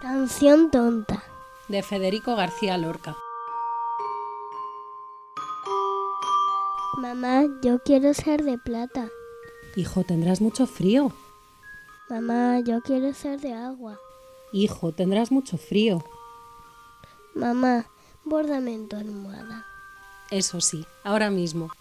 canción tonta. de Federico García Lorca. Mamá, yo quiero ser de plata. Hijo, tendrás mucho frío. Mamá, yo quiero ser de agua. Hijo, tendrás mucho frío. Mamá, bórdame en tu almohada. Eso sí, ahora mismo.